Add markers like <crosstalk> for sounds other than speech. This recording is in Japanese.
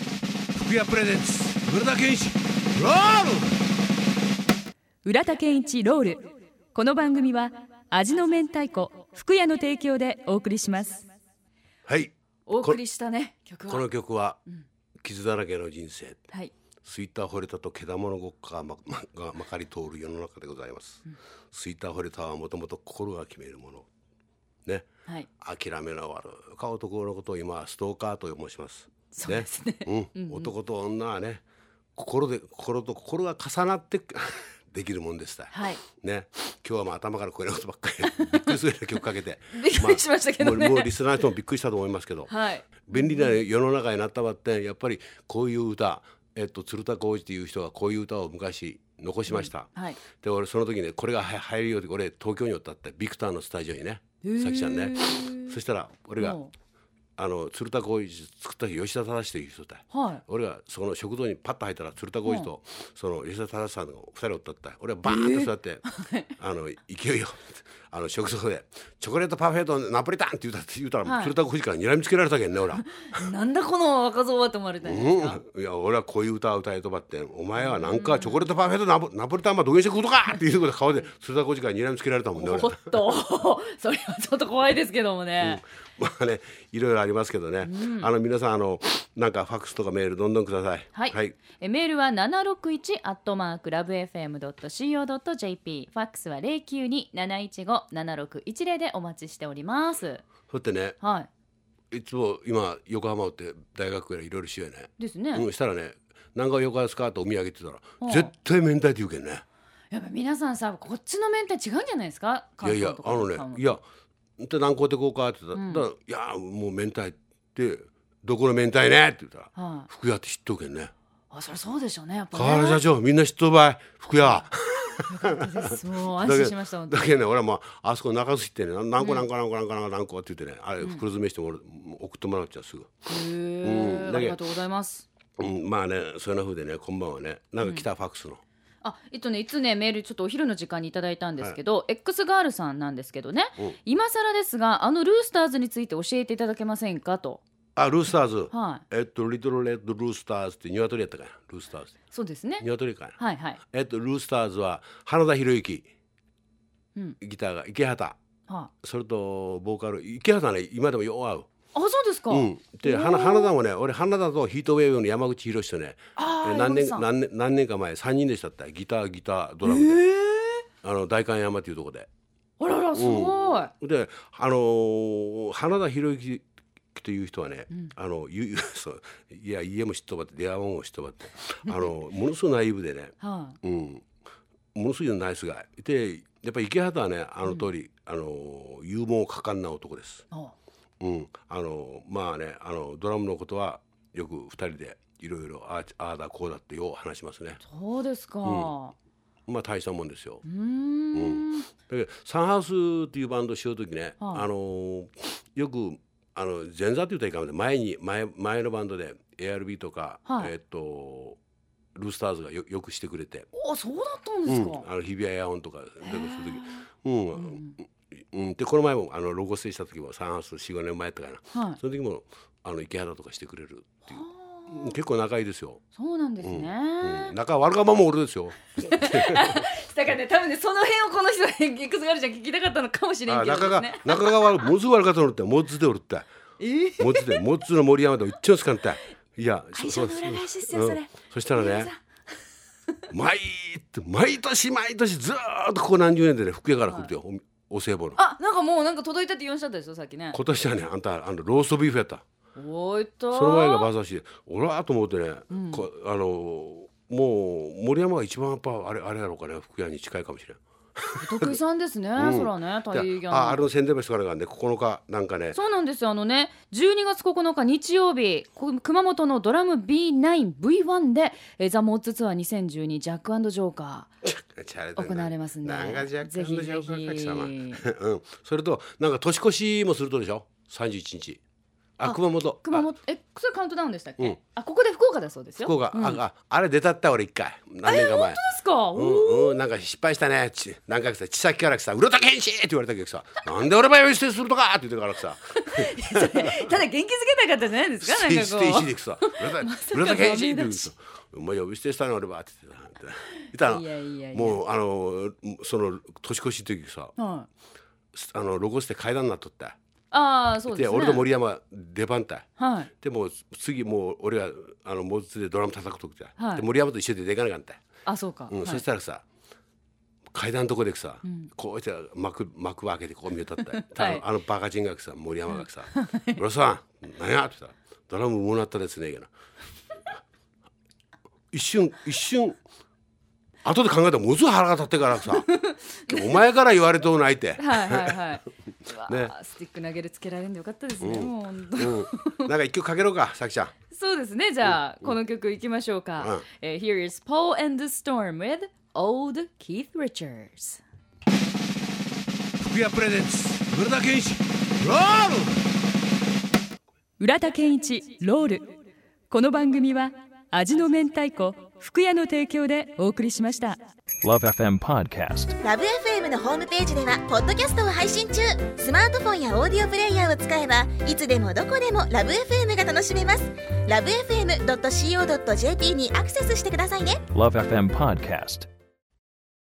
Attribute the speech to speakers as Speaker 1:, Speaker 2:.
Speaker 1: 福屋プレゼンツ村田健一ロール
Speaker 2: 浦田健一ロールこの番組は味の明太子福屋の提供でお送りします
Speaker 1: はい
Speaker 2: お送りしたね曲
Speaker 1: この
Speaker 2: は
Speaker 1: 曲は傷だらけの人生
Speaker 2: はい
Speaker 1: スイッター惚れたとけだものごっかま <laughs> まがまかり通る世の中でございます、スイッター惚れたはもともと心が決めるものね
Speaker 2: はい
Speaker 1: 諦めの悪い男のことを今はストーカーと申します
Speaker 2: そうですね
Speaker 1: うん、男と女はね心で心と心が重なって <laughs> できるもんでした、
Speaker 2: はい
Speaker 1: ね今日はまあ頭からこれのことばっかりびっくりするような曲かけ <laughs> て
Speaker 2: びっくりしましたけどね
Speaker 1: まあもうもうリスナーの人もびっくりしたと思いますけど、
Speaker 2: はい
Speaker 1: 便利な世の中になったばってやっぱりこういう歌、えっと、鶴田浩二という人がこういう歌を昔残しました、
Speaker 2: はい
Speaker 1: で俺その時ねこれがは入るよって俺東京におったってビクターのスタジオにねさきちゃんねそしたら俺が
Speaker 2: も
Speaker 1: あの鶴田浩二作った吉田忠という人だ
Speaker 2: うはい
Speaker 1: 俺がその食堂にパッと入ったら鶴田浩二とその吉田忠さんの2人おったった俺はバー <laughs> ンと座って、あの勢いよあの食堂で「チョコレートパフェとナポリタン」って言うたって言うたら、
Speaker 2: はい
Speaker 1: 鶴田浩二から睨みつけられたけんね俺は。
Speaker 2: なんだこの若造はと思われたんですか
Speaker 1: うん、いや俺はこういう歌を歌えとばってお前はなんかチョコレートパフェとナポナポリタンばどげんして食うとかっていうことで顔で鶴田浩二から睨みつけられたもんね俺 <laughs>
Speaker 2: おっと <laughs> それはちょっと怖いですけどもね、
Speaker 1: まあねいろいろありますけどね、あの皆さんあのなんかファックスとかメールどんどんください
Speaker 2: はい、えメールは七六一アットマークラブ fm ドット co ドット jp、ファックスは零九二七一五七六一零でお待ちしております。
Speaker 1: そってね
Speaker 2: はい
Speaker 1: つも今横浜おって大学からいろいろしようよね
Speaker 2: い、ですね。
Speaker 1: うん、したらね「何がよかですか?」とお土産って言った
Speaker 2: う
Speaker 1: ら
Speaker 2: ん
Speaker 1: 絶対明太って言うけんね
Speaker 2: やっぱ皆さんさ、こっちの面って違うんじゃないですか。
Speaker 1: いやいやあのねいやで何個でこうかって言ったら「だからいやもう明太ってどこの明太ね?」って言ったら
Speaker 2: は
Speaker 1: 「福屋って知っとうけんね
Speaker 2: あ、そりゃそうでしょうね。やっぱ、ね。
Speaker 1: 河原社長みんな知っとうばい福屋」
Speaker 2: ですもう安
Speaker 1: だけど
Speaker 2: 心しました。本当
Speaker 1: だ
Speaker 2: に
Speaker 1: けどね俺はもうあそこ中洲行ってねな何個何個何個何個何個何個って言ってねあれ袋詰めしてもらう送ってもらっちゃうすぐ。
Speaker 2: へ
Speaker 1: うんだけ
Speaker 2: ー
Speaker 1: ど
Speaker 2: ありがとうございます。
Speaker 1: うん、まあねそんな風でねこんばんはねなんか来たファックスの、
Speaker 2: あえっとね、いつねメールちょっとお昼の時間にいただいたんですけど、X ガールさんなんですけどね、
Speaker 1: うん
Speaker 2: 今更ですがあのルースターズについて教えていただけませんかと
Speaker 1: あルースターズ、
Speaker 2: は
Speaker 1: えっとリトルレッドルースターズって鶏やったかなルースターズ
Speaker 2: いそうですね
Speaker 1: 鶏かな、
Speaker 2: はいはい
Speaker 1: えっとルースターズは花田博之、
Speaker 2: うん
Speaker 1: ギターが池畑
Speaker 2: は
Speaker 1: それとボーカル池畑ね今でもよう合う
Speaker 2: いあそうですか、
Speaker 1: うん、で花花田もね俺花田とヒートウェーブの山口博とね
Speaker 2: あー
Speaker 1: 何年
Speaker 2: 山口さん
Speaker 1: 何年何年か前3人でしたってギターギタードラ
Speaker 2: え
Speaker 1: ムで、
Speaker 2: ー
Speaker 1: あの代官山っていうとこで
Speaker 2: あららすごい、
Speaker 1: であのー花田博之という人はね、
Speaker 2: うん
Speaker 1: あのゆ <laughs> ゆそういや家も知っとばって電話も知っとばってあのものすごいナイーブでね、
Speaker 2: は
Speaker 1: うん、ものすごいナイスガイでやっぱ池畑はねあの通り、あのー勇猛果敢な男です。
Speaker 2: いあ
Speaker 1: うん、あのまあねあのドラムのことはよく2人でいろいろああーだこうだってよう話しますね
Speaker 2: そうですかう
Speaker 1: まあ大したもんですよ
Speaker 2: ーん
Speaker 1: だけどサンハウスっていうバンドしようときね、
Speaker 2: はい
Speaker 1: あのーよくあの前座って言ったらいかんので前に前前のバンドで ARB とか、
Speaker 2: はい
Speaker 1: えーっとルースターズがよよくしてくれて、
Speaker 2: おそうだったん
Speaker 1: う
Speaker 2: です
Speaker 1: ん
Speaker 2: か、、
Speaker 1: あの日比谷野音とかだけどそういう時
Speaker 2: う
Speaker 1: うん
Speaker 2: ん
Speaker 1: うん、でこの前もあのロゴ制した時もサンハウス45年前とかな
Speaker 2: はい
Speaker 1: その時もあの池原とかしてくれるっていう
Speaker 2: あ
Speaker 1: うん結構仲いいですよ
Speaker 2: そうなんですね、
Speaker 1: うん仲悪かまも俺ですよ。
Speaker 2: だからね多分ねその辺をこの人に X ガールちゃん聞きたかったのかもしれん
Speaker 1: あ
Speaker 2: けど
Speaker 1: 仲
Speaker 2: です
Speaker 1: が
Speaker 2: ね
Speaker 1: 仲が悪いものすごい悪かったのってモッズでおるって。モッズでモッズの森山でも一丁つかんって。いや
Speaker 2: 会社の裏返しっすよそれ
Speaker 1: そしたらね。毎毎年毎年ずーっとここ何十年でね福屋から来るとよ、おお歳暮の。
Speaker 2: あなんかもうなんか届いたって言いましたですよさっきね
Speaker 1: 今年はねあんたあのローストビーフやった。
Speaker 2: おいっと
Speaker 1: その前が馬刺しで俺はと思ってね、こあのもう森山が一番やっぱあれあれやろうかね福屋に近いかもしれん。
Speaker 2: お得意さんで
Speaker 1: <laughs>
Speaker 2: すね、そらね大変
Speaker 1: でああれの宣伝場所からなんで9日なんかね
Speaker 2: そうなんですよあのね12月9日日曜日こ熊本のドラム B9V1 でえーザ・モッツツアー2012ジャックジョーカー行われますんで
Speaker 1: なんかジャック
Speaker 2: ぜひ
Speaker 1: ジ <laughs> ョーカーか貴様
Speaker 2: ぜひ
Speaker 1: うん、それとなんか年越しもするとでしょ31日あ
Speaker 2: あ
Speaker 1: 熊本
Speaker 2: 熊
Speaker 1: あ
Speaker 2: 本えそれカウントダウンでしたっけ、
Speaker 1: うん
Speaker 2: あここで福岡だそうですよ
Speaker 1: 福岡、
Speaker 2: うん、
Speaker 1: あ
Speaker 2: で
Speaker 1: ああれ出たった俺一回何年か前
Speaker 2: すか、
Speaker 1: う
Speaker 2: おー
Speaker 1: んうん、なんか失敗したねち何回かさ千崎からさ「浦田健志!」って言われたけどさ「なんで俺ば呼び捨てするとか!」って言ってからさ
Speaker 2: <laughs> ただ元気づけなかったじゃないですか
Speaker 1: 捨
Speaker 2: なん
Speaker 1: て
Speaker 2: か
Speaker 1: 捨て
Speaker 2: こ
Speaker 1: 石
Speaker 2: う
Speaker 1: でくさ「
Speaker 2: か
Speaker 1: 浦田健志!」って
Speaker 2: ダ
Speaker 1: 言う
Speaker 2: メ出
Speaker 1: と
Speaker 2: し
Speaker 1: 「お前呼び捨てしたね俺ば」って言ってたいたの
Speaker 2: いやいやいや
Speaker 1: もうあのその年越しの時さ
Speaker 2: はい、
Speaker 1: あのロゴスで階段になっとった
Speaker 2: ああそう
Speaker 1: で,、
Speaker 2: ですね
Speaker 1: 俺と森山出番たい
Speaker 2: はい
Speaker 1: でもう次もう俺はあのモズでドラム叩くときじゃ、
Speaker 2: はい
Speaker 1: で森山と一緒で出かなかった
Speaker 2: あそうか、
Speaker 1: うん
Speaker 2: はい
Speaker 1: そしたらさ階段のとこでさ、こうやって幕幕を開けてこう見よったって、
Speaker 2: はい
Speaker 1: あのあのバカ人がさ森山がさ「浦田さん何や?」ってさ「ドラムもらったですね」けな一瞬一瞬後で考えたらものすごい腹が立ってからさお前から言われとうないって。
Speaker 2: はいはいはいうわ
Speaker 1: ね
Speaker 2: あスティック投げるつけられんでよかったですね、もう本当
Speaker 1: うん、なんか一曲かけろか、さきちゃん。
Speaker 2: そうですねじゃあ、この曲いきましょうか、
Speaker 1: うん
Speaker 2: えー Here is Paul and the Storm with Old Keith Richards
Speaker 1: 福屋プレゼンツ、村田健一。ロー
Speaker 3: 浦田健一ロールこの番組は味の明太子福屋の提供でお送りしました
Speaker 4: Love FM Podcast.
Speaker 5: ラブ f m のホームページではポッドキャストを配信中スマートフォンやオーディオプレイヤーを使えばいつでもどこでもラブ f m が楽しめますラブ FM.co.jp にアクセスしてくださいね
Speaker 4: Love FM Podcast.